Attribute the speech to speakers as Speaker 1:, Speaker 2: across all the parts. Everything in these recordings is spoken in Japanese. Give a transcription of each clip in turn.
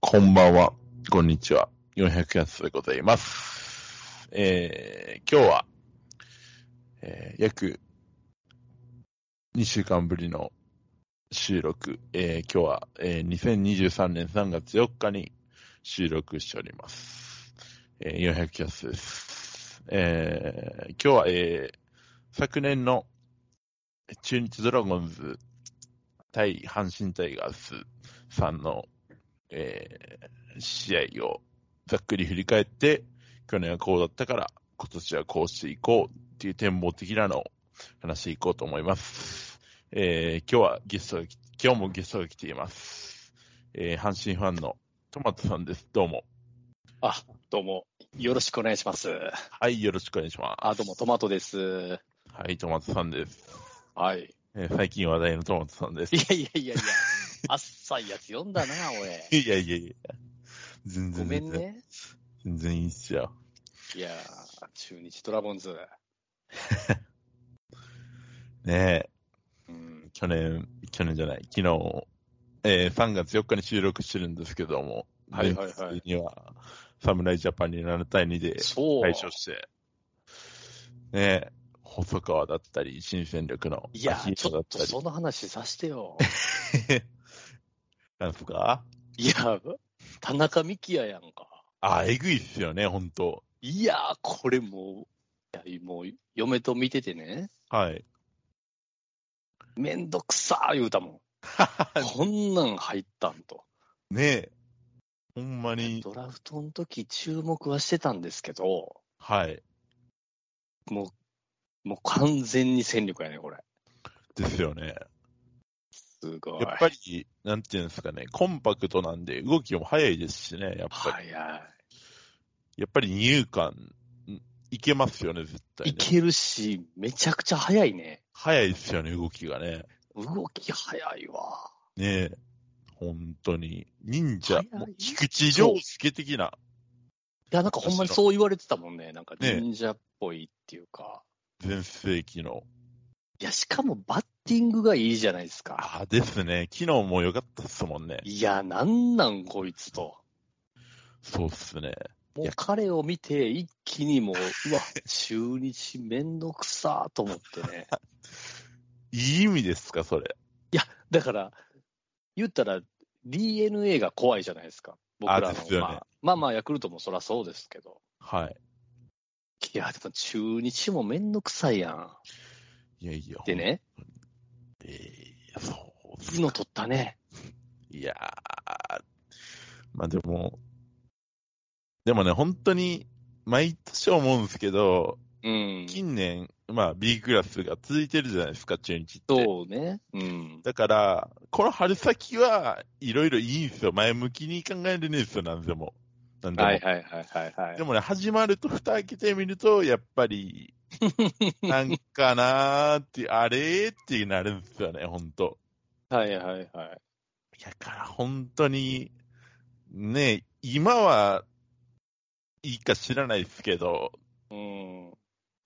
Speaker 1: こんばんは。こんにちは。400やつでございます。えー、今日は、えー、約2週間ぶりの収録。えー、今日は、えー、2023年3月4日に収録しております。えー、400キャスです。えー、今日は、えー、昨年の中日ドラゴンズ対阪神タイガースさんの、えー試合をざっくり振り返って、去年はこうだったから、今年はこうしていこうっていう展望的なのを話していこうと思います。えー今日はゲストが来、今日もゲストが来ています。えー阪神ファンのトマトさんです。どうも。
Speaker 2: あ、どうも。よろしくお願いします。
Speaker 1: はい、よろしくお願いします。
Speaker 2: あ、どうも、トマトです。
Speaker 1: はい、トマトさんです。
Speaker 2: はい。
Speaker 1: えー最近話題のトマトさんです
Speaker 2: い。やいやいやいや、あっさいやつ読んだな、俺。
Speaker 1: いやいやいや。全
Speaker 2: ご
Speaker 1: 然、
Speaker 2: め
Speaker 1: 全
Speaker 2: ん
Speaker 1: 然、
Speaker 2: ね。
Speaker 1: 全然いいっすよ。
Speaker 2: いやー、中日ドラゴンズ。
Speaker 1: ねえ。
Speaker 2: うん。
Speaker 1: 去年、去年じゃない、昨日、えー3月4日に収録してるんですけども、
Speaker 2: はいはいはい
Speaker 1: 前日には、侍ジャパンに7対2で
Speaker 2: そう。
Speaker 1: 対勝して、ねえ、細川だったり、新戦力の
Speaker 2: いや
Speaker 1: アヒ、ー
Speaker 2: ち
Speaker 1: ジョだ
Speaker 2: ょ
Speaker 1: っ
Speaker 2: っと
Speaker 1: たり
Speaker 2: その話させてよ。、
Speaker 1: なんすか
Speaker 2: いや、田中幹也やんか。
Speaker 1: あ、えぐいっすよね、ほんと。
Speaker 2: いやー、これもう、いやもう、嫁と見ててね、
Speaker 1: はい。
Speaker 2: めんどくさー言うた もん。こんなん入ったんと。
Speaker 1: ねえ、ほんまに、
Speaker 2: ドラフトの時注目はしてたんですけど、
Speaker 1: はい。
Speaker 2: もう、もう完全に戦力やね、これ。
Speaker 1: ですよね。
Speaker 2: すごい。
Speaker 1: やっぱり、なんていうんですかね、コンパクトなんで、動きも速いですしね、やっぱり。
Speaker 2: 早
Speaker 1: やっぱり二遊間、んいけますよね、絶対、
Speaker 2: い。
Speaker 1: ね。
Speaker 2: いけるし、めちゃくちゃ早いね。
Speaker 1: 早いですよね、動きがね。
Speaker 2: 動き早いわ。
Speaker 1: ねえ。本当に。忍者
Speaker 2: 早い、
Speaker 1: もう菊池涼介的な。
Speaker 2: いや、なんかほんまにそう言われてたもんね。なんか
Speaker 1: ね
Speaker 2: 忍者っぽいっていうか。
Speaker 1: 全盛期の。
Speaker 2: いや、しかもバッティングがいいじゃないですか。
Speaker 1: ああ、ですね。昨日も良かったっすもんね。
Speaker 2: いや、なんなんこいつと。
Speaker 1: そうっすね。い
Speaker 2: も
Speaker 1: うや
Speaker 2: 彼を見て、一気にもう、うわ、中日めんどくさーと思ってね。
Speaker 1: いい意味ですか、それ。
Speaker 2: だから、言ったら DNA が怖いじゃないですか。僕ら
Speaker 1: あ
Speaker 2: の。
Speaker 1: ですよね
Speaker 2: まあ、まあまあ、ヤクルトもそらそうですけど。
Speaker 1: はい。
Speaker 2: いや、でも中日もめんどくさいやん。
Speaker 1: いやいや。
Speaker 2: でね、
Speaker 1: ほん。ええそうっ
Speaker 2: いい
Speaker 1: す
Speaker 2: の取ったね。
Speaker 1: いやー。まあでも、でもね、本当に、毎年思うんですけど、
Speaker 2: うん。
Speaker 1: 近年、まあ、B クラスが続いてるじゃないですか、中日って。
Speaker 2: そうね。うん。
Speaker 1: だから、この春先はいろいろいいんですよ。前向きに考えるんですよ、なんでも。なんでも。
Speaker 2: はいはいはいはいはい
Speaker 1: で。もね、始まると蓋開けてみると、やっぱ り、なんかなーって、あれーってなるんですよね、ほんと。
Speaker 2: はいはいはい。
Speaker 1: だから、本当に、ね、今は、いいか知らないですけど、
Speaker 2: うん。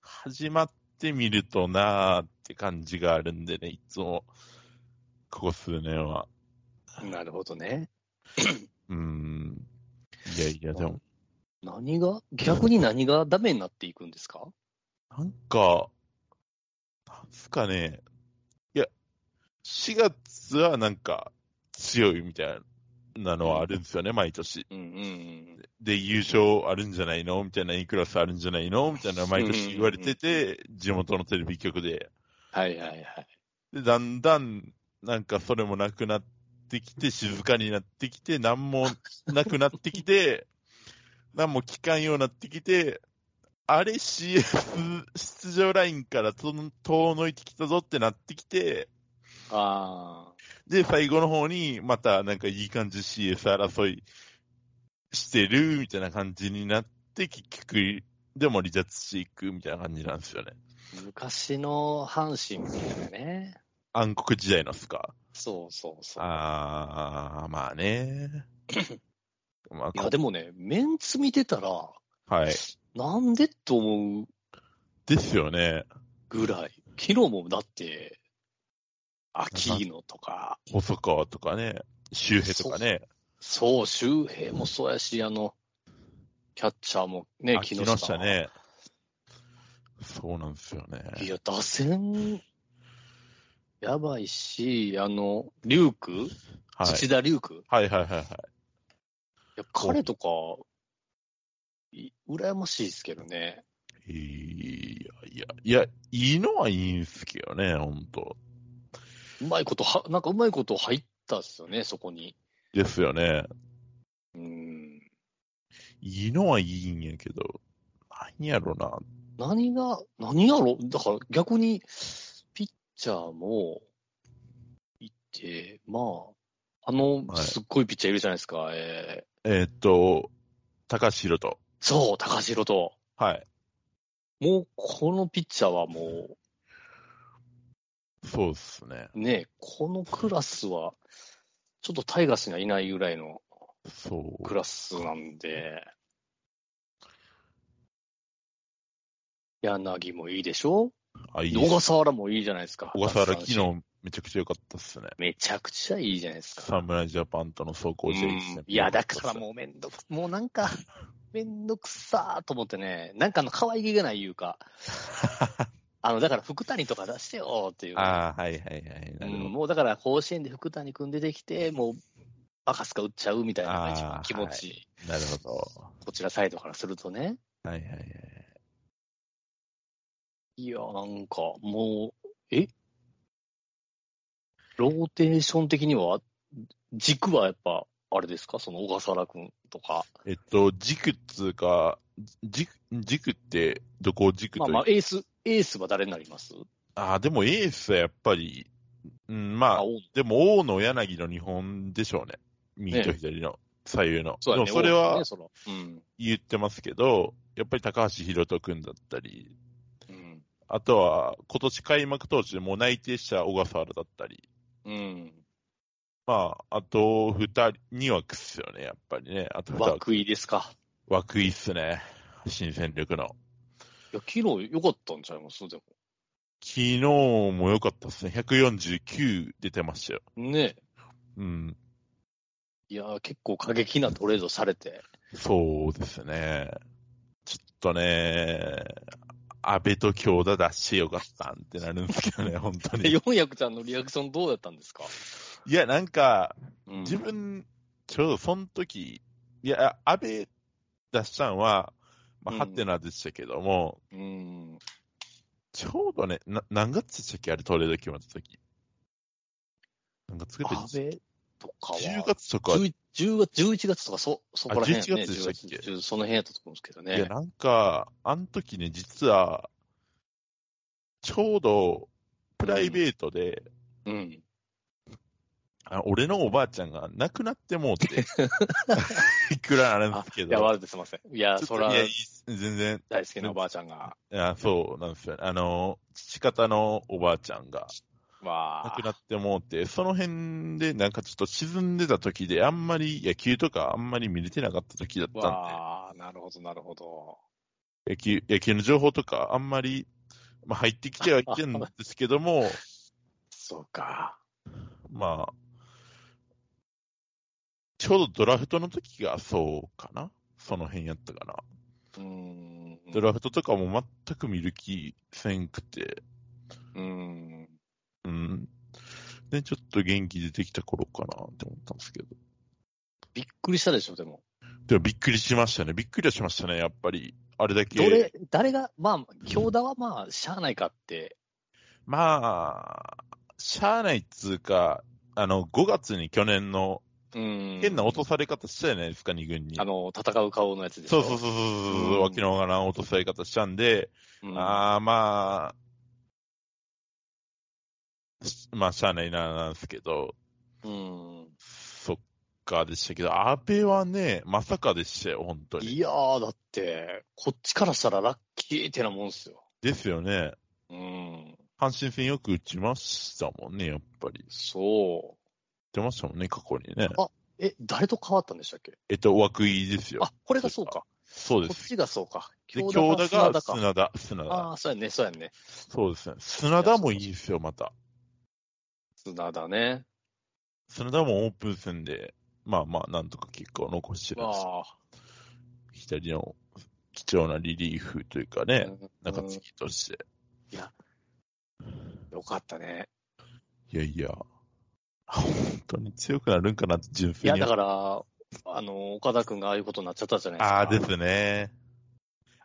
Speaker 1: 始まってみるとなーって感じがあるんでね、いつも、ここ数年は。
Speaker 2: なるほどね。
Speaker 1: うーん。いやいや、でも、
Speaker 2: 何が、逆に何がダメになっていくんですか
Speaker 1: なんか、なんすかね。いや、4月はなんか、強いみたいなのはあるんですよね、毎年。
Speaker 2: うんうんうん。
Speaker 1: で、優勝あるんじゃないのみたいな、いくらスあるんじゃないのみたいな、毎年言われてて、地元のテレビ局で。
Speaker 2: はいはいはい。
Speaker 1: で、だんだん、なんかそれもなくなってきて、静かになってきて、なんもなくなってきて、 なんも聞かんようになってきて、あれ CS 出場ラインからと遠のいてきたぞってなってきて、
Speaker 2: あ
Speaker 1: で、最後の方にまたなんかいい感じ CS 争いしてるみたいな感じになって、結局、でも離脱していくみたいな感じなんですよね。
Speaker 2: あ、昔の阪神みたいなね。
Speaker 1: 暗黒時代のスカ
Speaker 2: そうそうそう。
Speaker 1: あー、まあね。まあ、
Speaker 2: いや、でもね、メンツ見てたら、
Speaker 1: はい。
Speaker 2: なんでと思う
Speaker 1: ですよね。
Speaker 2: ぐらい。昨日もだって、アキーノとか、
Speaker 1: 細川とかね、周平とかね。
Speaker 2: そう、周平もそうやし、あの、キャッチャーもね
Speaker 1: あ、
Speaker 2: 木下。
Speaker 1: 木ね。そうなんですよ
Speaker 2: い
Speaker 1: ね。
Speaker 2: や、打線、やばいし、あの、龍空、
Speaker 1: はい。
Speaker 2: 土田龍空い
Speaker 1: はいはいはいはい。
Speaker 2: や、彼とか、い羨ましいですけどね。
Speaker 1: いや、いや、いや、いいのはいいんすけどね、ほんと。
Speaker 2: うまいことは、なんかうまいこと入ったっすよね、そこに。
Speaker 1: ですよね。
Speaker 2: うん。
Speaker 1: いいのはいいんやけど、なんやろな。
Speaker 2: 何が、何やろだから逆に、ピッチャーもいて、まあ、あの、
Speaker 1: はい
Speaker 2: すっごいピッチャーいるじゃないですか。えー
Speaker 1: えーっと、高橋宏と。
Speaker 2: そう、高城と。
Speaker 1: はい。
Speaker 2: もう、このピッチャーはも
Speaker 1: そうっすね。
Speaker 2: う、ね、このクラスは、ちょっとタイガースにはいないぐらいの
Speaker 1: そう。
Speaker 2: クラスなんで、柳もいいでしょ
Speaker 1: あ、いいっ
Speaker 2: 小
Speaker 1: す。
Speaker 2: 笠原もいいじゃないですか。
Speaker 1: 小笠原、
Speaker 2: 奪
Speaker 1: 昨
Speaker 2: 三振
Speaker 1: 日めちゃくちゃ良かったっすね。
Speaker 2: めちゃくちゃいいじゃないですか。
Speaker 1: 侍ジャパンとの走行試合ですね
Speaker 2: うん。いや、だからもうめんどく、もうなんか、 めんどくさーと思ってね、なんかあの可愛げがないいうか、あの、だから福谷とか出してよーっていう。
Speaker 1: ああ、はいはいはい。なる
Speaker 2: う
Speaker 1: ほ
Speaker 2: ん、
Speaker 1: ど。
Speaker 2: もうだから甲子園で福谷君出てきて、もう、バカスカ打っちゃうみたいなのが一
Speaker 1: あ
Speaker 2: 番
Speaker 1: ー
Speaker 2: 気持ちいい、
Speaker 1: なるほ
Speaker 2: こちらサイドからするとね。
Speaker 1: ど。はいはいはい。
Speaker 2: いや、なんか、もう、えローテーション的には、軸はやっぱ、あれですかその小笠原君とか。
Speaker 1: えっと、軸っつうか、軸、軸って、どこを軸
Speaker 2: ま
Speaker 1: とい
Speaker 2: あ
Speaker 1: う
Speaker 2: まあ、エース、エースは誰になります
Speaker 1: ああ、でもエースはやっぱり、うん、ま
Speaker 2: あ
Speaker 1: あ、
Speaker 2: 大野
Speaker 1: でも王の柳の日本でしょうね。右と左の、左右の。
Speaker 2: そうだね。
Speaker 1: でもそれ
Speaker 2: 多い
Speaker 1: は
Speaker 2: ですねそのうん。
Speaker 1: 言ってますけど、やっぱり高橋宏斗君だったり、
Speaker 2: うん。
Speaker 1: あとは今年開幕当時でもう内定した小笠原だったり、
Speaker 2: うん。
Speaker 1: まあ、あと二人、二枠っすよね、やっぱりね。あと二枠。
Speaker 2: 涌井ですか。
Speaker 1: 枠いっすね。新戦力の。
Speaker 2: いや、昨日良かったんちゃいますで
Speaker 1: 昨日も良かったっすね。149出てましたよ。
Speaker 2: も。ね
Speaker 1: うん。
Speaker 2: いや、結構過激なトレードされて。
Speaker 1: そうですね。ちょっとね、安倍と京田出してよかったんってなるんですけどね、本当
Speaker 2: で、
Speaker 1: に。い
Speaker 2: 四役ちゃんのリアクションどうだったんですか、
Speaker 1: や、なんか、
Speaker 2: うん、
Speaker 1: 自分、ちょうどその時、いや、安倍出したんは、まあ、
Speaker 2: うん
Speaker 1: ハテナでしたけども、
Speaker 2: うん。
Speaker 1: ちょうどね、な何月でしたっけあれトレード決まった時。何月ぐらいで
Speaker 2: 安
Speaker 1: した
Speaker 2: 倍とかは。
Speaker 1: 10月とか、
Speaker 2: 10 10月、11月とかそ、そこら辺、ね。
Speaker 1: あ11月でしたっけ
Speaker 2: 10 10その辺やったと思うんですけど
Speaker 1: いや、
Speaker 2: ね。
Speaker 1: なんか、あの時ね、実は、ちょうど、プライベートで、
Speaker 2: うん。
Speaker 1: あ俺のおばあちゃんが亡くなってもう て、いくらあるんで
Speaker 2: あ
Speaker 1: すけ、
Speaker 2: い
Speaker 1: ど、
Speaker 2: や、悪いですいません。いや、
Speaker 1: ちょっと
Speaker 2: そら
Speaker 1: い、やいいっす全然
Speaker 2: 大好きなおばあちゃんが、
Speaker 1: いや、そうなんですよね。あの、父方のおばあちゃんが亡
Speaker 2: ま
Speaker 1: く
Speaker 2: あ、
Speaker 1: なってもうて、その辺でなんかちょっと沈んでた時で、あんまり野球とかあんまり見れてなかった時だったんで、
Speaker 2: わあ、なるほど、なるほど。
Speaker 1: 野球、野球の情報とかあんまり、まあ、入ってきてはいてるんですけど も、
Speaker 2: そうか。
Speaker 1: まあ、ちょうどドラフトの時がそうかなその辺やったかな。
Speaker 2: うーん。
Speaker 1: ドラフトとかも全く見る気せんくて、
Speaker 2: うーん。
Speaker 1: うん。で、ちょっと元気出てきた頃かなって思ったんですけど。
Speaker 2: びっくりしたでしょ、でも。
Speaker 1: でもびっくりしましたね。びっくりはしましたね、やっぱり。あれだけ。
Speaker 2: どれ、誰が、まあ、京田はまあ、しゃあないかって。
Speaker 1: まあ、しゃあないっつうか、あの、5月に去年の
Speaker 2: うーん。
Speaker 1: 変な落とされ方したじゃないですか、二軍に
Speaker 2: あ。の、戦う顔のやつでし
Speaker 1: そ
Speaker 2: ょ。
Speaker 1: うそうそうそうそうう、
Speaker 2: ん
Speaker 1: わけのわからん落とされ方したんで、
Speaker 2: うん。
Speaker 1: ああ、まあ、しまあ、しゃあないな、なんですけど、
Speaker 2: うん。
Speaker 1: そっかでしたけど、安倍はね、まさかでしたよ、本当
Speaker 2: い
Speaker 1: に。
Speaker 2: やー、だって、こっちからしたらラッキーってなもんですよ。
Speaker 1: ですよね。
Speaker 2: うん。
Speaker 1: 阪神戦よく打ちましたもんね、やっぱり。打っ
Speaker 2: そ
Speaker 1: てましたもんね、過去にね。
Speaker 2: あう。え、誰と変わったんでしたっけ
Speaker 1: えっと、涌井ですよ
Speaker 2: あ。、これがそうか。
Speaker 1: そう
Speaker 2: こ
Speaker 1: で
Speaker 2: っ
Speaker 1: す。
Speaker 2: ちがそうか。
Speaker 1: で、
Speaker 2: 京
Speaker 1: 京田が
Speaker 2: か。
Speaker 1: 砂田、砂田。
Speaker 2: ああ、そうやね、そうやね。
Speaker 1: そうですね。砂田もいいですよ、また。
Speaker 2: 砂田ね。
Speaker 1: 砂田もオープン戦で、まあまあ、なんとか結果を残してるんです
Speaker 2: あ
Speaker 1: 左の貴重なリリーフというか
Speaker 2: あ、
Speaker 1: ね、
Speaker 2: うん
Speaker 1: 中継ぎとして。
Speaker 2: よかったね。
Speaker 1: いやいや、本当に強くなるんかなって純
Speaker 2: い
Speaker 1: 粋
Speaker 2: や、
Speaker 1: に。
Speaker 2: だから、あの、岡田くんがああいうことになっちゃったじゃないですか。
Speaker 1: ああ、ですね。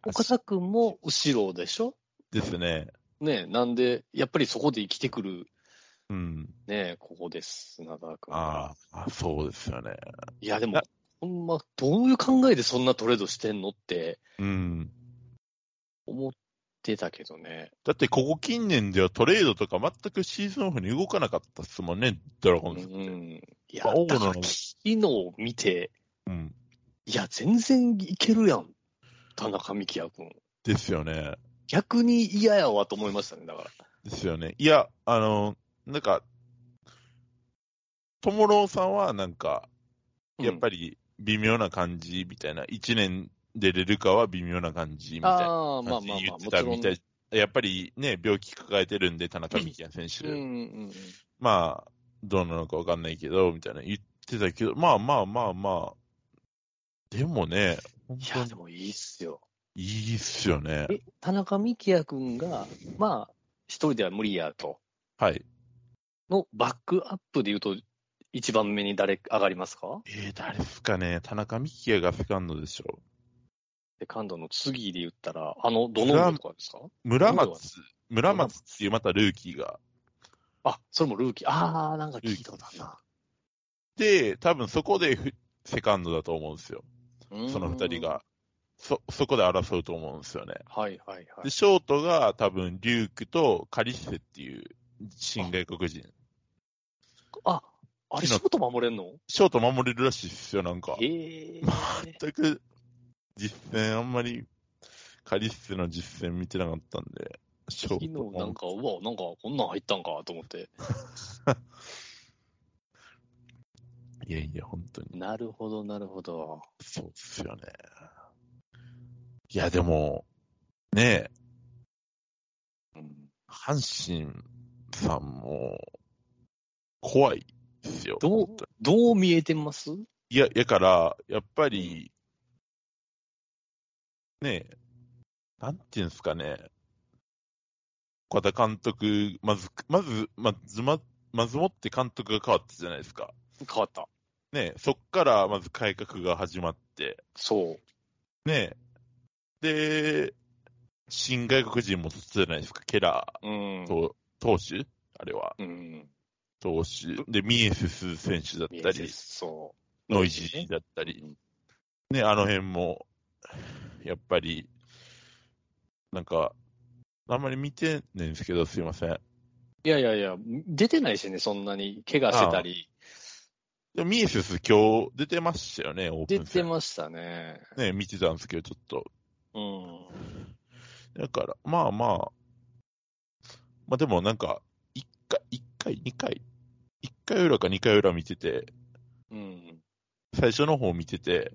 Speaker 2: 岡田くんも後ろでしょ
Speaker 1: ですね。
Speaker 2: ねえなんで、やっぱりそこで生きてくる、
Speaker 1: うん。
Speaker 2: ねえここです、砂田くんが。
Speaker 1: あーあ、そうですよね。
Speaker 2: いや、でも
Speaker 1: な、
Speaker 2: ほんま、どういう考えでそんなトレードしてんのって
Speaker 1: うん。
Speaker 2: 思ってたけどね。
Speaker 1: だって、ここ近年ではトレードとか全くシーズンオフに動かなかったっすもんね、ドラ
Speaker 2: う
Speaker 1: ゴンズ。
Speaker 2: ん。いや、
Speaker 1: まあ大
Speaker 2: だ
Speaker 1: 野
Speaker 2: か
Speaker 1: の
Speaker 2: ら昨日見て、
Speaker 1: うん。
Speaker 2: いや、全然いけるやん。田中幹也くん。
Speaker 1: ですよね。
Speaker 2: 逆に嫌やわと思いましたね、だから。
Speaker 1: ですよね。いや、あの、なんか、友郎さんはなんか、やっぱり微妙な感じみたいな、一年で出れるかは微妙な感じみたいな。
Speaker 2: ああ、まあまあ
Speaker 1: 言
Speaker 2: まあ、
Speaker 1: って
Speaker 2: も
Speaker 1: た
Speaker 2: ちろ
Speaker 1: み
Speaker 2: ん。
Speaker 1: たい。やっぱりね、病気抱えてるんで、田中美希選手、
Speaker 2: うんうん
Speaker 1: まあ、どうなのかわかんないけど、みたいな言ってたけど、まあまあまあまあ、でもね、
Speaker 2: う
Speaker 1: 本
Speaker 2: ん。いや、で
Speaker 1: 当に
Speaker 2: もいいっすよ。
Speaker 1: いいっすよね。
Speaker 2: え、田中幹也くんが、まあ、一人では無理やと。
Speaker 1: はい。
Speaker 2: のバックアップで言うと、一番目に誰上がりますか
Speaker 1: えー、誰ですかね、田中美希也がセカンドでしょ
Speaker 2: セカンドの次で言ったら、あの、どの上とかですか
Speaker 1: う。村松、村松っていうまたルーキーが。
Speaker 2: あ、それもルーキー。あー、なんか聞いたことあるな。
Speaker 1: で、多分そこでふセカンドだと思うんですよ。その二人
Speaker 2: うーん。
Speaker 1: が。そ、そこで争うと思うんですよね。
Speaker 2: はいはいは
Speaker 1: で、
Speaker 2: い。
Speaker 1: ショートが多分、リュークとカリッセっていう新外国人。
Speaker 2: あ、あれ、ショート守れんの
Speaker 1: ショート守れるらしいっすよ、なんか。
Speaker 2: へえ。
Speaker 1: 全く、実戦、あんまり、カリッセの実戦見てなかったんで、ショ
Speaker 2: 昨
Speaker 1: ー
Speaker 2: 日
Speaker 1: ト
Speaker 2: な
Speaker 1: 守
Speaker 2: んか、うわ、なんかこんなん入ったんかと思って。
Speaker 1: いやいや、本当に。
Speaker 2: なるほど、なるほど。
Speaker 1: そうっすよね。いや、でも、ねえ、
Speaker 2: うん
Speaker 1: 阪神さんも、怖いっすよ。
Speaker 2: どう
Speaker 1: 本当に、
Speaker 2: どう見えてます
Speaker 1: いや、やから、やっぱり、ねえ、なんていうんですかね、岡田監督、まず、まず、まず、ままずもって監督が変わったじゃないですか。
Speaker 2: 変わった。
Speaker 1: ねえ、そっからまず改革が始まって、
Speaker 2: そう。
Speaker 1: ねえ、で、新外国人もそうじゃないですか、ケラ
Speaker 2: うん
Speaker 1: ー。と、投手あれは、
Speaker 2: うん。
Speaker 1: 投手。で、ミエセス選手だっ
Speaker 2: 見
Speaker 1: た
Speaker 2: えて
Speaker 1: り、
Speaker 2: そ
Speaker 1: ノイジーだったり
Speaker 2: う、ん。
Speaker 1: ね、あの辺も、やっぱり、なんか、あんまり見てないんですけど、すいません。
Speaker 2: いやいやいや、出てないしね、そんなに。怪我してたり。
Speaker 1: でもミエセス今日出てましたよね、オープ
Speaker 2: 出
Speaker 1: ン
Speaker 2: て
Speaker 1: 戦。
Speaker 2: ましたね。
Speaker 1: ね、見てたんですけど、ちょっと。
Speaker 2: うん。
Speaker 1: だから、まあまあ、まあでもなんか、一回、一回、二回、一回裏か二回裏見てて、
Speaker 2: うん。
Speaker 1: 最初の方見てて、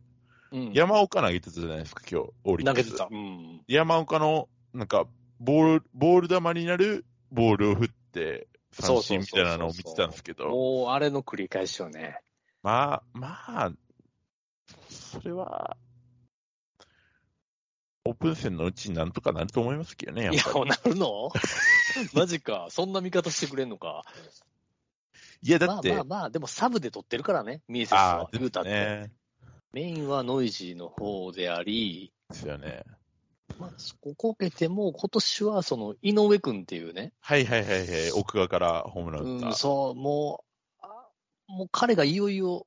Speaker 2: うん、
Speaker 1: 山岡投げてたじゃないですか、今日、オリッ
Speaker 2: 投
Speaker 1: ク
Speaker 2: げ
Speaker 1: ス
Speaker 2: てた。うん。
Speaker 1: 山岡の、なんか、ボール、ボール球になるボールを振って、三振みたいなのを見てたんですけど、
Speaker 2: もう、あれの繰り返しよね。
Speaker 1: まあ、まあ、それは、オープン戦のうちになんとかなると思いますけどね、やっ
Speaker 2: いや
Speaker 1: ぱ、り。
Speaker 2: なるの マジか。そんな見方してくれんのか。
Speaker 1: いや、だ
Speaker 2: まあ
Speaker 1: って、
Speaker 2: まあまあ、でもサブで取ってるからね、ミエセス
Speaker 1: あ
Speaker 2: は
Speaker 1: あ、。
Speaker 2: 言うた
Speaker 1: で
Speaker 2: っ
Speaker 1: す
Speaker 2: て、
Speaker 1: ね。
Speaker 2: メインはノイジーの方であり、
Speaker 1: ですよね。
Speaker 2: まあ、そここけても、今年はその、井上くんっていうね、
Speaker 1: はいはいはいはい、奥側からホームラン打った。
Speaker 2: うん、そう、もう、あもう彼がいよいよ、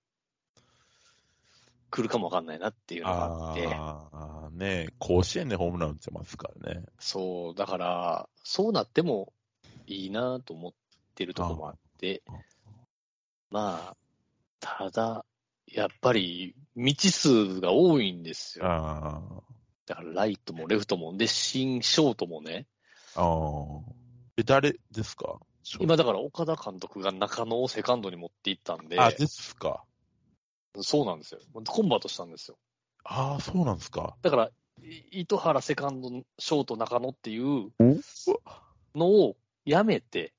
Speaker 2: 来るかもわかんないなっていうのがあって。
Speaker 1: ああ、ね甲子園でホームラン打ってますからね。
Speaker 2: そう、だから、そうなってもいいなと思ってるところもあって
Speaker 1: ああ、
Speaker 2: まあ、ただ、やっぱり、未知数が多いんですよ。
Speaker 1: あ
Speaker 2: だから、ライトもレフトも、で、新ショートもね、
Speaker 1: あ、ああ。え、誰ですか
Speaker 2: 今だから岡田監督が中野をセカンドに持っていったんで、
Speaker 1: あ、ですか。
Speaker 2: そうなんですよ。コンバートしたんですよ。
Speaker 1: ああ、そうなんですか。
Speaker 2: だから、い糸原セカンド、ショート中野っていう
Speaker 1: う
Speaker 2: のをやめて、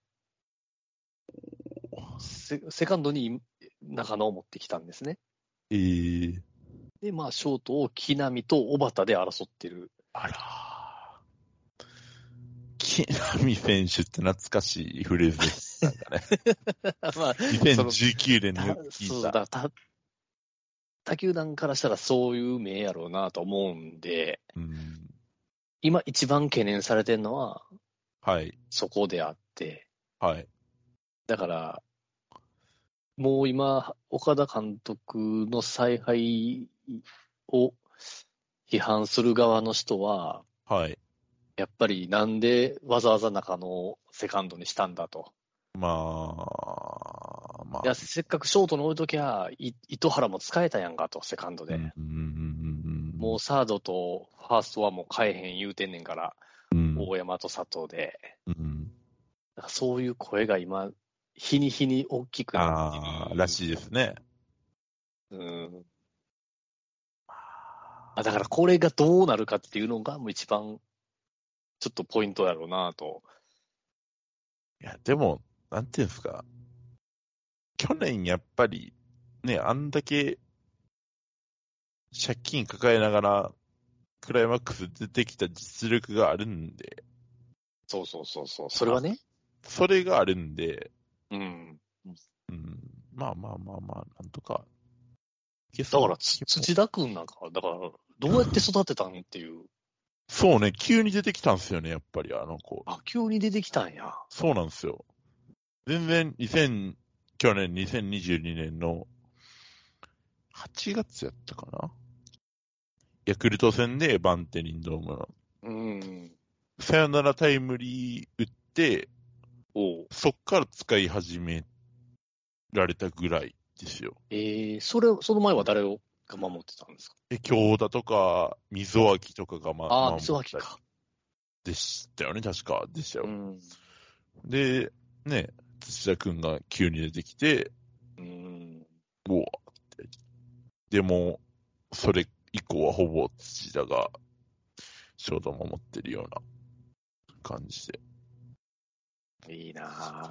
Speaker 2: セセカンドに中野を持ってきたんですね。
Speaker 1: えー、
Speaker 2: で、まあ、ショートを木浪と小畑で争ってる。
Speaker 1: あらー。木浪選手って懐かしいフレーズ です。なんかね。
Speaker 2: まあ、
Speaker 1: 2019年
Speaker 2: た
Speaker 1: によく
Speaker 2: そ
Speaker 1: 聞
Speaker 2: う
Speaker 1: いた。
Speaker 2: だからた、他球団からしたらそういう名やろうなと思うんで、
Speaker 1: うん、
Speaker 2: 今一番懸念されてるのは
Speaker 1: はい。
Speaker 2: そこであって、
Speaker 1: はい。
Speaker 2: だから、もう今、岡田監督の采配を批判する側の人は、
Speaker 1: はい。
Speaker 2: やっぱりなんでわざわざ中野をセカンドにしたんだと。
Speaker 1: まあ、まあ。
Speaker 2: いや、せっかくショートに置いときゃ、い糸原も使えたやんかと、セカンドで。
Speaker 1: うんうんうんうん
Speaker 2: もうサードとファーストはもう変えへん言うてんねんから、
Speaker 1: うん、
Speaker 2: 大山と佐藤で。
Speaker 1: うん、
Speaker 2: だからそういう声が今、日に日に大きくなってる
Speaker 1: ああ、らしいですね。
Speaker 2: うん。あだからこれがどうなるかっていうのがもう一番、ちょっとポイントだろうなと。
Speaker 1: いや、でも、なんていうんですか、去年やっぱり、ね、あんだけ借金抱えながら、クライマックス出てきた実力があるんで、
Speaker 2: そうそうそうそう。それはね。
Speaker 1: それがあるんで、
Speaker 2: うん。
Speaker 1: うん、まあまあまあまあ、なんとか、いけそ
Speaker 2: だ
Speaker 1: う
Speaker 2: から、つ土田くんなんか、だから、どうやって育てたんっていう。
Speaker 1: そうね、急に出てきたんですよね、やっぱり、あの子。
Speaker 2: あ、急に出てきたんや。
Speaker 1: そうなんですよ。全然、2000、去年2022年の8月やったかなヤクルト戦でバンテリンドームの
Speaker 2: うん。
Speaker 1: サヨナラタイムリー打って、
Speaker 2: おう
Speaker 1: そっから使い始められたぐらいですよ。
Speaker 2: えー、それ、その前は誰をが守ってたんですか
Speaker 1: え、京田とか、溝脇とかがま
Speaker 2: ああ、
Speaker 1: ま
Speaker 2: 水脇か。
Speaker 1: でしたよね、確か。でした
Speaker 2: う
Speaker 1: よ。
Speaker 2: ん。
Speaker 1: で、ね、土田くんが急に出てきて、
Speaker 2: うん。
Speaker 1: うわって。でも、それ以降はほぼ土田が、ショートを守ってるような感じで。
Speaker 2: いいなぁ。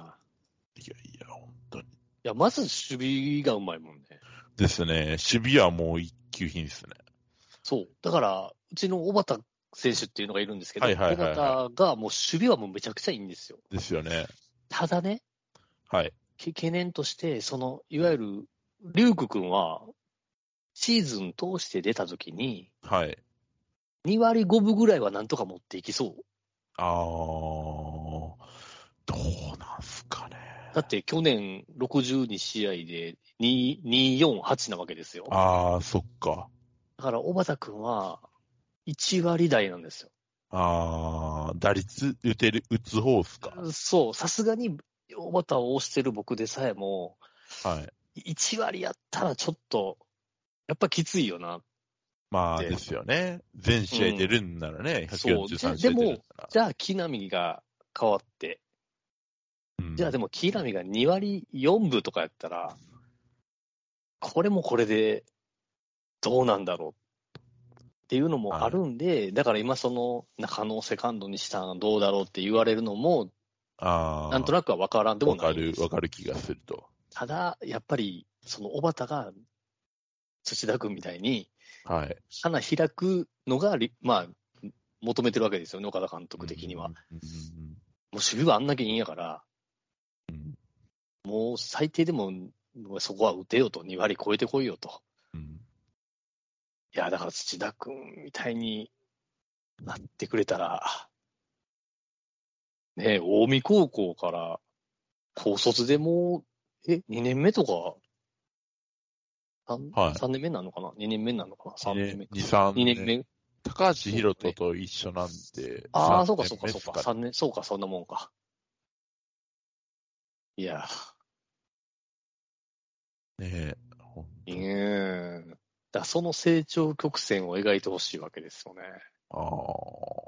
Speaker 1: いやいや、本当に。
Speaker 2: いや、まず守備がうまいもんね。
Speaker 1: ですね。守備はもう一級品ですね。
Speaker 2: そう。だから、うちの小畑選手っていうのがいるんですけど、
Speaker 1: はいはいはいはい
Speaker 2: 小畑がもう守備はもうめちゃくちゃいいんですよ。
Speaker 1: ですよね。
Speaker 2: ただね、
Speaker 1: はい。
Speaker 2: け懸念として、その、いわゆる、リュウク君は、シーズン通して出た時に、
Speaker 1: はい。
Speaker 2: 2割5分ぐらいはなんとか持っていきそう。
Speaker 1: あー、どうなんすかね。
Speaker 2: だって去年62試合で2 248なわけですよ。だ
Speaker 1: あー、そっか。
Speaker 2: から小畑君は1割台なんですよ。
Speaker 1: あー、打率、打てる、打つ方っすか。
Speaker 2: そう、さすがに小畑を推してる僕でさえも、
Speaker 1: はい。
Speaker 2: 1割やったらちょっと、やっぱきついよな。
Speaker 1: まあ、
Speaker 2: で
Speaker 1: ですよね。全試合出るんならね、
Speaker 2: そう
Speaker 1: 143試合出
Speaker 2: で
Speaker 1: るんなら。
Speaker 2: じゃあ、木浪が変わって、
Speaker 1: うん
Speaker 2: じゃあでも木浪が2割4分とかやったら、これもこれでどうなんだろうっていうのもあるんで、だから今その中野をセカンドにしたのどうだろうって言われるのも、
Speaker 1: ああ。
Speaker 2: なんとなくは分からんでも
Speaker 1: わ
Speaker 2: な
Speaker 1: か
Speaker 2: いんで
Speaker 1: る
Speaker 2: す、
Speaker 1: わかる気がすると。
Speaker 2: ただ、やっぱり、その小畑が、土田君みたいに、
Speaker 1: はい。
Speaker 2: 花開くのがリ、まあ、求めてるわけですよね、岡田監督的には。もう
Speaker 1: うん。うん
Speaker 2: 守備はあんだけいいんやから、
Speaker 1: うん
Speaker 2: もう最低でも、もうそこは打てよと、2割超えてこいよと。
Speaker 1: うん
Speaker 2: いや、だから土田君みたいになってくれたら、ねえ、近江高校から、高卒でもう、え、2年目とか、3,
Speaker 1: はい
Speaker 2: 年目なのかな ?2 年目なのかな ?3 年目
Speaker 1: 二三
Speaker 2: 2年目。
Speaker 1: 高橋宏斗と一緒なんで。
Speaker 2: あ
Speaker 1: 三
Speaker 2: あ、そうか、そうか、
Speaker 1: 年目
Speaker 2: そうか、3年、そうか、そんなもんか。いや、
Speaker 1: ねえ。ほん
Speaker 2: うーん。だからその成長曲線を描いてほしいわけですよね。
Speaker 1: ああ。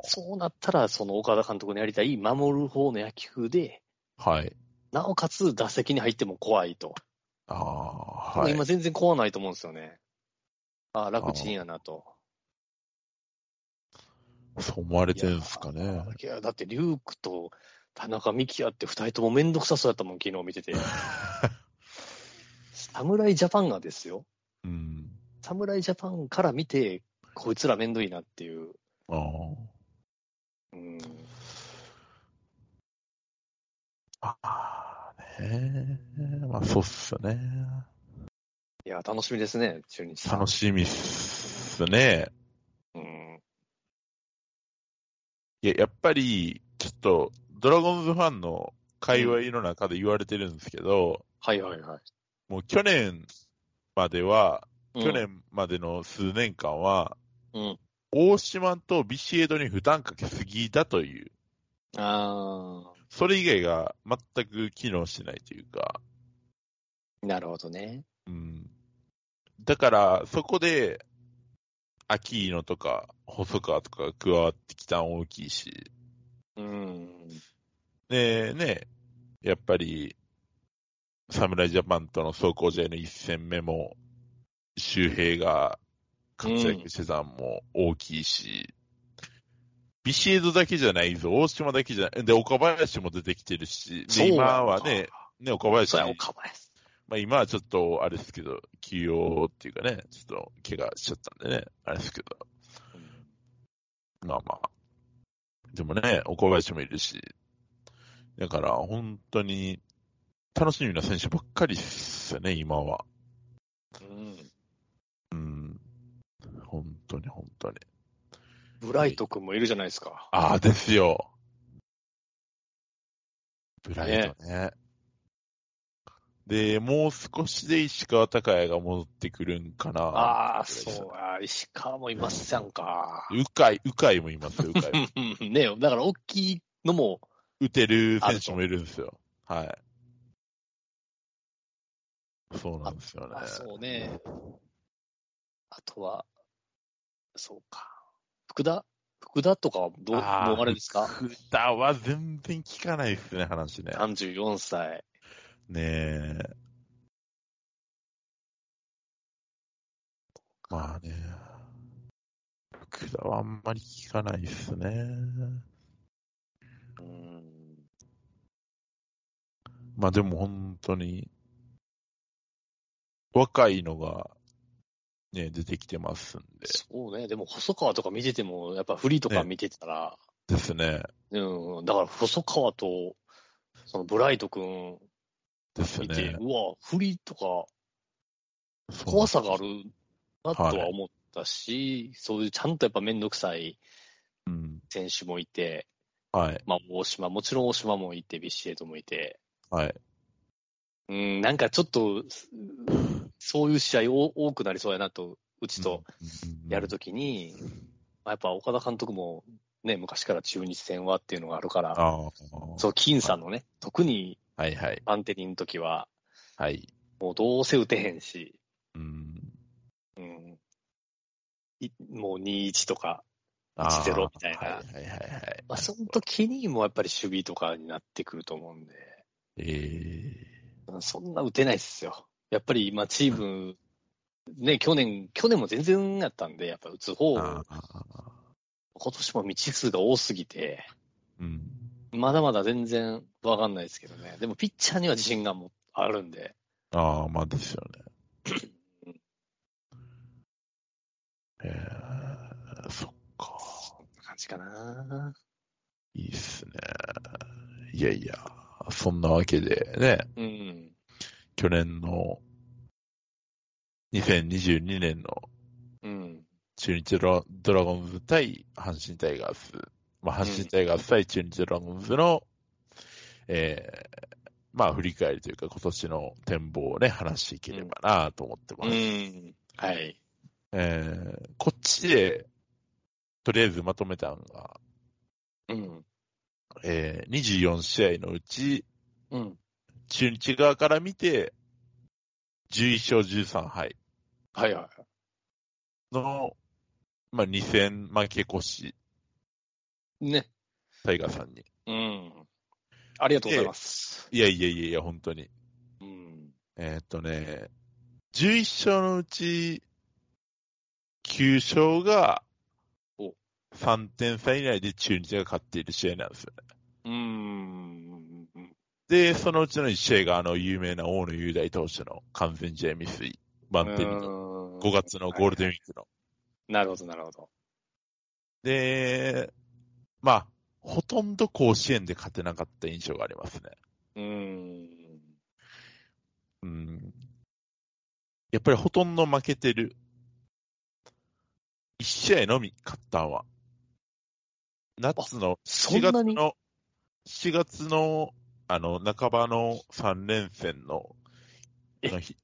Speaker 2: そうなったら、その岡田監督のやりたい守る方の野球で、
Speaker 1: はい。
Speaker 2: なおかつ打席に入っても怖いと。
Speaker 1: ああ、はい。
Speaker 2: 今全然怖ないと思うんですよね。ああ、楽ちんやなと。
Speaker 1: そう思われてるんですかね。
Speaker 2: いや、だってリュークと田中幹也って二人ともめ んどくさそうやったもん、昨日見てて。侍ジャパンがですよ。
Speaker 1: うん。
Speaker 2: 侍ジャパンから見て、こいつらめんどいなっていう。
Speaker 1: ああ。
Speaker 2: うん。
Speaker 1: ああ、ねえ。まあ、そうっすよね。
Speaker 2: いや、楽しみですね、中日さん。
Speaker 1: 楽しみっすね。
Speaker 2: うん。
Speaker 1: いや、やっぱり、ちょっと、ドラゴンズファンの界隈の中で言われてるんですけど、
Speaker 2: はいはいはい。
Speaker 1: もう去年までは、
Speaker 2: うん
Speaker 1: 去。年までの数年間は、
Speaker 2: うん
Speaker 1: 大島とビシエドに負担かけすぎだという、
Speaker 2: あ
Speaker 1: それ以外が全く機能しないというか、
Speaker 2: ー、なるほどね。
Speaker 1: うん。だから、そこで、アキーノとか、細川とかが加わってきたの大きいし、
Speaker 2: うん。
Speaker 1: で、ね、やっぱり、侍ジャパンとの壮行試合の一戦目も、周平が活躍してたのも大きいし、ビシエドだけじゃないぞ、大島だけじゃない、で、岡林も出てきてるし、で、今はね、、ね、岡林
Speaker 2: そうや、
Speaker 1: に、
Speaker 2: 岡林。
Speaker 1: まあ今はちょっと、あれですけど、休養っていうかね、ちょっと怪我しちゃったんでね、あれですけど、まあまあ。でもね、岡林もいるし。だから、本当に、楽しみな選手ばっかりっすよね、今は。
Speaker 2: うん。
Speaker 1: うん。本当に、本当に。
Speaker 2: ブライト君もいるじゃないですか。
Speaker 1: ああ、ですよ。ブライトね。で、もう少しで石川昂弥が戻ってくるんかな。
Speaker 2: ああ、そうや、石川もいますやんか。
Speaker 1: うかい、うかいもい ますよ、うかいも。
Speaker 2: うんねだから大きいのも、
Speaker 1: 打てる選手もいるんですよ。はい。そうなんですよね。
Speaker 2: あそうね。あとは、そうか。福田福田とかはどう、どう
Speaker 1: あー
Speaker 2: あれですか
Speaker 1: 福田は全然聞かないですね、話ね。
Speaker 2: ?34 歳。
Speaker 1: ねえ。まあね。福田はあんまり聞かないですね。
Speaker 2: うん。
Speaker 1: まあでも本当に、若いのが、ね、出てきてますんで。
Speaker 2: そうね。でも、細川とか見てても、やっぱフリーとか見てたら、
Speaker 1: ですね。
Speaker 2: うん。だから、細川と、そのブライト君
Speaker 1: です
Speaker 2: 見て、
Speaker 1: ね。
Speaker 2: うわ、フリーとか、
Speaker 1: そう
Speaker 2: 怖さがあるなとは思ったし、そういうちゃんとやっぱめんどくさい
Speaker 1: うん。
Speaker 2: 選手もいて、
Speaker 1: はい。
Speaker 2: まあ、大島、もちろん大島もいて、ビシエドもいて、
Speaker 1: はい。
Speaker 2: うん、なんかちょっと、すそういう試合お多くなりそうやなと、うちと
Speaker 1: うん
Speaker 2: やるときに、まあやっぱ岡田監督も、ね、昔から中日戦はっていうのがあるから、
Speaker 1: ああ。
Speaker 2: そう、金さんのね、特に
Speaker 1: はいはい。
Speaker 2: バンテリンの時は、
Speaker 1: はい。
Speaker 2: もうどうせ打てへんし、
Speaker 1: うん。
Speaker 2: うん、いもう2-1とか、
Speaker 1: あー
Speaker 2: 1-0みたいな
Speaker 1: はいはいはいはい。
Speaker 2: まあ、その時にもやっぱり守備とかになってくると思うんで、
Speaker 1: え
Speaker 2: うんそんな打てないっすよ。やっぱり今チーム、ね、去年、去年も全然やったんで、やっぱ打つ
Speaker 1: え
Speaker 2: 方、
Speaker 1: あ
Speaker 2: 今
Speaker 1: あ。
Speaker 2: 年も未知数が多すぎて、
Speaker 1: うん。
Speaker 2: まだまだ全然わかんないですけどね。でもピッチャーには自信がもあるんで、
Speaker 1: ああ、まあですよ
Speaker 2: う
Speaker 1: ね。ええそっか。
Speaker 2: こんな感じかな。
Speaker 1: いいっすね。いやいや、そんなわけでね、
Speaker 2: うん。
Speaker 1: 去年の2022年の
Speaker 2: うん。
Speaker 1: 中日ドラドラゴンズ対阪神タイガース、まあ、阪神タイガース対中日ドラゴンズの、えーまあ、振り返りというか、今年の展望をね、話していければなと思ってま
Speaker 2: う
Speaker 1: す。
Speaker 2: ん。はい。
Speaker 1: えーこっちで、とりあえずまとめたのが、
Speaker 2: うん。
Speaker 1: えー24試合のうち、
Speaker 2: うん。
Speaker 1: 中日側から見て、11勝13敗
Speaker 2: はいはい。
Speaker 1: の、まあ、2戦負け越し、
Speaker 2: ね。
Speaker 1: タイガーさんに。
Speaker 2: うん。ありがとうございます。
Speaker 1: いやいやいやいや、本当に。
Speaker 2: うん。
Speaker 1: えーっとね、11勝のうち、9勝が
Speaker 2: お、
Speaker 1: 3点差以内で中日が勝っている試合なんですよね。
Speaker 2: うん。
Speaker 1: で、そのうちの1試合があの有名な大野雄大投手の完全試合未遂、バンテリンの。
Speaker 2: う
Speaker 1: 5月のゴールデンウィークの。
Speaker 2: なるほど、なるほど。
Speaker 1: で、まあ、ほとんど甲子園で勝てなかった印象がありますね。
Speaker 2: うーん。
Speaker 1: うん。やっぱりほとんど負けてる。1試合のみ、勝ったんは。夏の、
Speaker 2: そ
Speaker 1: 7
Speaker 2: んな
Speaker 1: 月
Speaker 2: に
Speaker 1: の、7月の、あの、半ばの3連戦の、
Speaker 2: え
Speaker 1: あのひ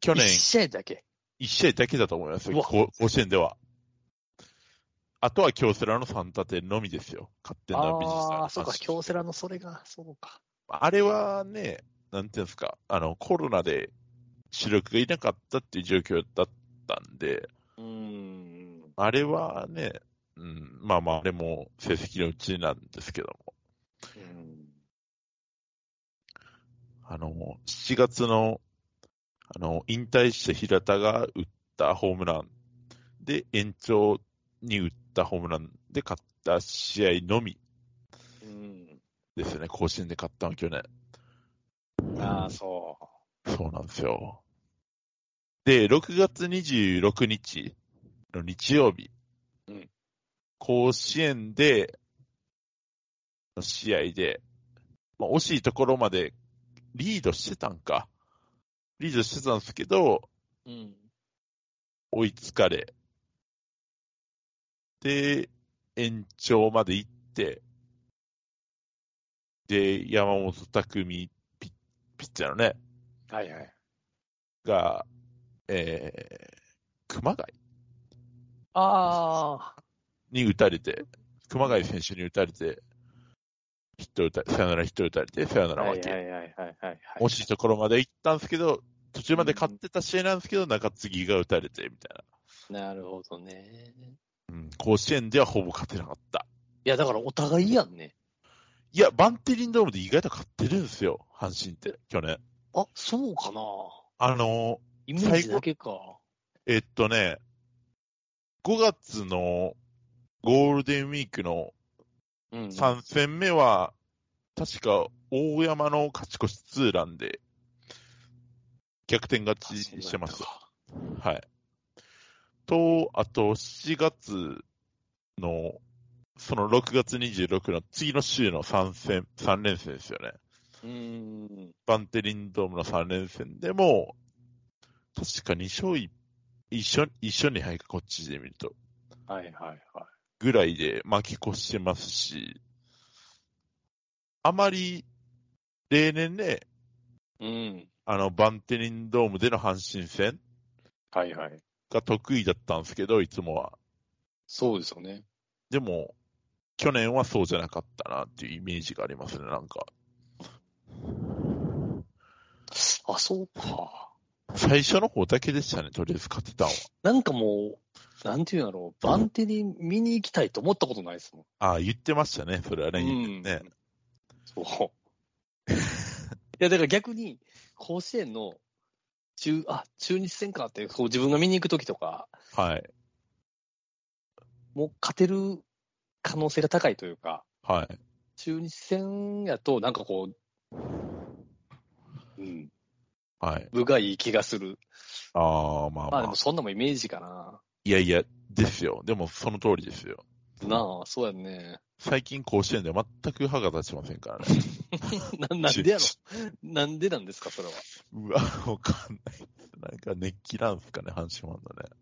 Speaker 1: 去
Speaker 2: 一
Speaker 1: 年
Speaker 2: 試合だけ。
Speaker 1: 1試合だけだと思います
Speaker 2: う
Speaker 1: よ、
Speaker 2: わ
Speaker 1: こう甲子園では。あとは京セラの3立てのみですよ、勝手な美術さん
Speaker 2: あ
Speaker 1: の
Speaker 2: あ、そうか、
Speaker 1: 話
Speaker 2: 京セラのそれが、そうか。
Speaker 1: あれはね、なんていうんですか、あの、コロナで主力がいなかったっていう状況だったんで、
Speaker 2: うーん。
Speaker 1: あれはね、うん、まあまあ、あれも成績のうちなんですけども、
Speaker 2: うん
Speaker 1: あの、7月の、あの、引退した平田が打ったホームランで、延長に打ったホームランで勝った試合のみ
Speaker 2: うん。
Speaker 1: ですね、甲子園で勝ったの去年。
Speaker 2: ああ、そ
Speaker 1: そうなんですよ。で、6月26日の日曜日、
Speaker 2: うん
Speaker 1: 甲子園で、の試合で、まあ、惜しいところまでリードしてたんか。リードしてたんですけど、
Speaker 2: う。うん。
Speaker 1: 追いつかれ。で、延長まで行って、で、山本匠ピッピッチャーのね、
Speaker 2: はいはい。
Speaker 1: が、えー、熊谷
Speaker 2: ああ、
Speaker 1: に打たれて、熊谷選手に打たれて、ヒット打たサヨナラヒット打たれて、サヨナラ
Speaker 2: は
Speaker 1: 負
Speaker 2: い
Speaker 1: け。
Speaker 2: はいはいはいはい。
Speaker 1: 惜しいところまで行ったんですけど、途中まで勝ってた試合なんですけど、中継ぎが打たれて、みたい
Speaker 2: なるほどね。
Speaker 1: な、うん。甲子園ではほぼ勝てなかった。
Speaker 2: いや、だからお互いやんね。
Speaker 1: いや、バンテリンドームで意外と勝ってるんですよ、阪神って、去年。
Speaker 2: あ、そうかな。
Speaker 1: あの
Speaker 2: イメージだけか。
Speaker 1: ー、えっとね、5月のゴールデンウィークの
Speaker 2: うん。
Speaker 1: 3戦目は、確か大山の勝ち越しツーランで、逆転勝ちしてます。はい。と、あと7月の、その6月26の次の週の3戦、3連戦ですよね。
Speaker 2: うーん。
Speaker 1: バンテリンドームの3連戦でも、確か2勝1、一緒、一緒に敗か、こっちで見ると。
Speaker 2: はいはいはい。
Speaker 1: ぐらいで巻き越してますし、あまり例年ね、
Speaker 2: うん。
Speaker 1: あのバンテリンドームでの阪神戦
Speaker 2: はいはい。
Speaker 1: が得意だったんですけど、いつもは。
Speaker 2: そうですよね。
Speaker 1: でも、去年はそうじゃなかったなっていうイメージがありますね、なんか。
Speaker 2: あ、そうか。
Speaker 1: 最初の方だけでしたね、とりあえず勝てたのは。
Speaker 2: なんかもう、なんていうんだろう、バンテリン見に行きたいと思ったことないですもん。
Speaker 1: ああ、言ってましたね、それはね。
Speaker 2: うん
Speaker 1: ね
Speaker 2: そう。 いや、だから逆に、甲子園の中、あ、中日戦かって、こう自分が見に行くときとか、
Speaker 1: はい、
Speaker 2: もう勝てる可能性が高いというか、
Speaker 1: はい。
Speaker 2: 中日戦やと、なんかこう、うん、
Speaker 1: はい。
Speaker 2: 部がいい気がする。
Speaker 1: ああ、まあ
Speaker 2: まあ
Speaker 1: ま
Speaker 2: で
Speaker 1: あ
Speaker 2: も。そんなもんイメージかな。
Speaker 1: いやいや、ですよ。でも、その通りですよ。
Speaker 2: なあ、そうやんね。
Speaker 1: 最近甲子園では全く歯が立ちませんからね。
Speaker 2: ななんで やろなんでなんですか、それは。
Speaker 1: うわ、わかんない。なんか熱気なんすかね、阪神ファンのね。